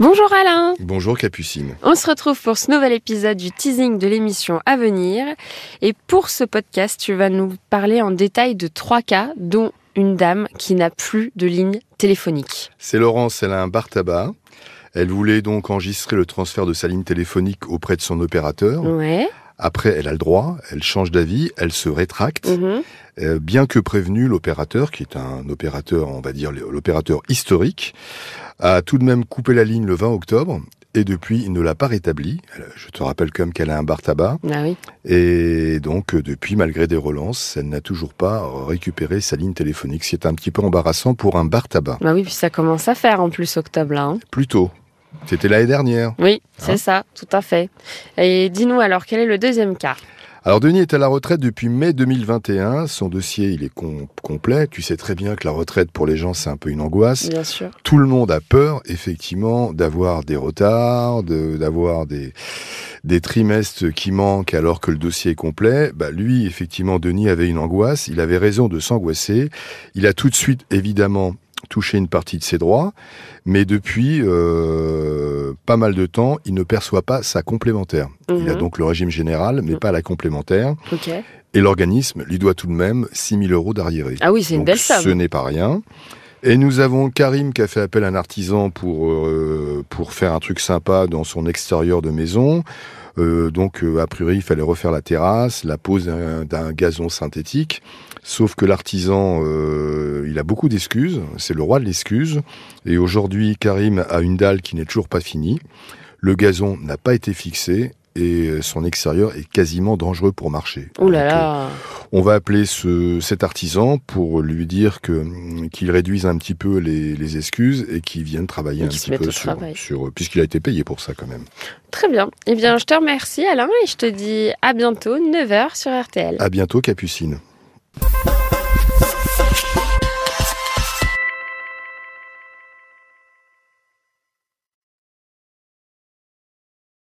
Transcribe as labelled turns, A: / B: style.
A: Bonjour Alain
B: Bonjour Capucine.
A: On se retrouve pour ce nouvel épisode du teasing de l'émission à venir. Et pour ce podcast, tu vas nous parler en détail de trois cas, dont une dame qui n'a plus de ligne téléphonique.
B: C'est Laurence, elle a un bar tabac. Elle voulait donc enregistrer le transfert de sa ligne téléphonique auprès de son opérateur.
A: Ouais.
B: Après, elle a le droit, elle change d'avis, elle se rétracte.
A: mhm.
B: Euh, bien que prévenu, l'opérateur, qui est un opérateur, on va dire l'opérateur historique, a tout de même coupé la ligne le 20 octobre. Et depuis, il ne l'a pas rétablie. Elle- Je te rappelle quand même qu'elle a un bar tabac.
A: Ah oui.
B: Et donc, euh, depuis, malgré des relances, elle n'a toujours pas récupéré sa ligne téléphonique, ce qui est un petit peu embarrassant pour un bar tabac.
A: Bah oui, puis ça commence à faire en plus octobre là. hein.
B: Plus tôt. C'était l'année dernière.
A: Oui,
B: Hein
A: c'est ça, tout à fait. Et dis-nous alors, quel est le deuxième cas
B: Alors Denis est à la retraite depuis mai 2021. Son dossier, il est com- complet. Tu sais très bien que la retraite pour les gens, c'est un peu une angoisse.
A: Bien sûr.
B: Tout le monde a peur, effectivement, d'avoir des retards, de- d'avoir des, des trimestres qui manquent alors que le dossier est complet. Bah, lui, effectivement, Denis avait une angoisse. Il avait raison de s'angoisser. Il a tout de suite, évidemment, touché une partie de ses droits. Mais depuis euh, pas mal de temps, il ne perçoit pas sa complémentaire. Il a
A: Mhm.
B: donc le régime général, mais
A: Mhm.
B: pas la complémentaire.
A: Ok.
B: Et l'organisme lui doit tout de même 6 000 euros d'arriéré.
A: Ah oui, c'est une
B: Donc,
A: belle
B: Ce
A: somme.
B: n'est pas rien. Et nous avons Karim qui a fait appel à un artisan pour, euh, pour faire un truc sympa dans son extérieur de maison. Euh, donc, euh, a priori, il fallait refaire la terrasse, la pose d'un- d'un gazon synthétique. Sauf que l'artisan, euh, il a beaucoup d'excuses. C'est le roi de l'excuse. Et aujourd'hui, Karim a une dalle qui n'est toujours pas finie. Le gazon n'a pas été fixé et euh, son extérieur est quasiment dangereux pour marcher.
A: Oh là
B: Donc, euh,
A: là.
B: on va appeler ce, cet artisan pour lui dire que mm, qu'il réduise un petit peu les, les excuses et qu'il vienne travailler
A: Et
B: un
A: qu'il se
B: petit
A: mette
B: peu
A: au
B: sur,
A: travail.
B: sur- puisqu'il a été payé pour ça quand même.
A: Très bien. Eh bien, je te remercie Alain et je te dis à bientôt, 9h sur RTL.
B: À bientôt Capucine.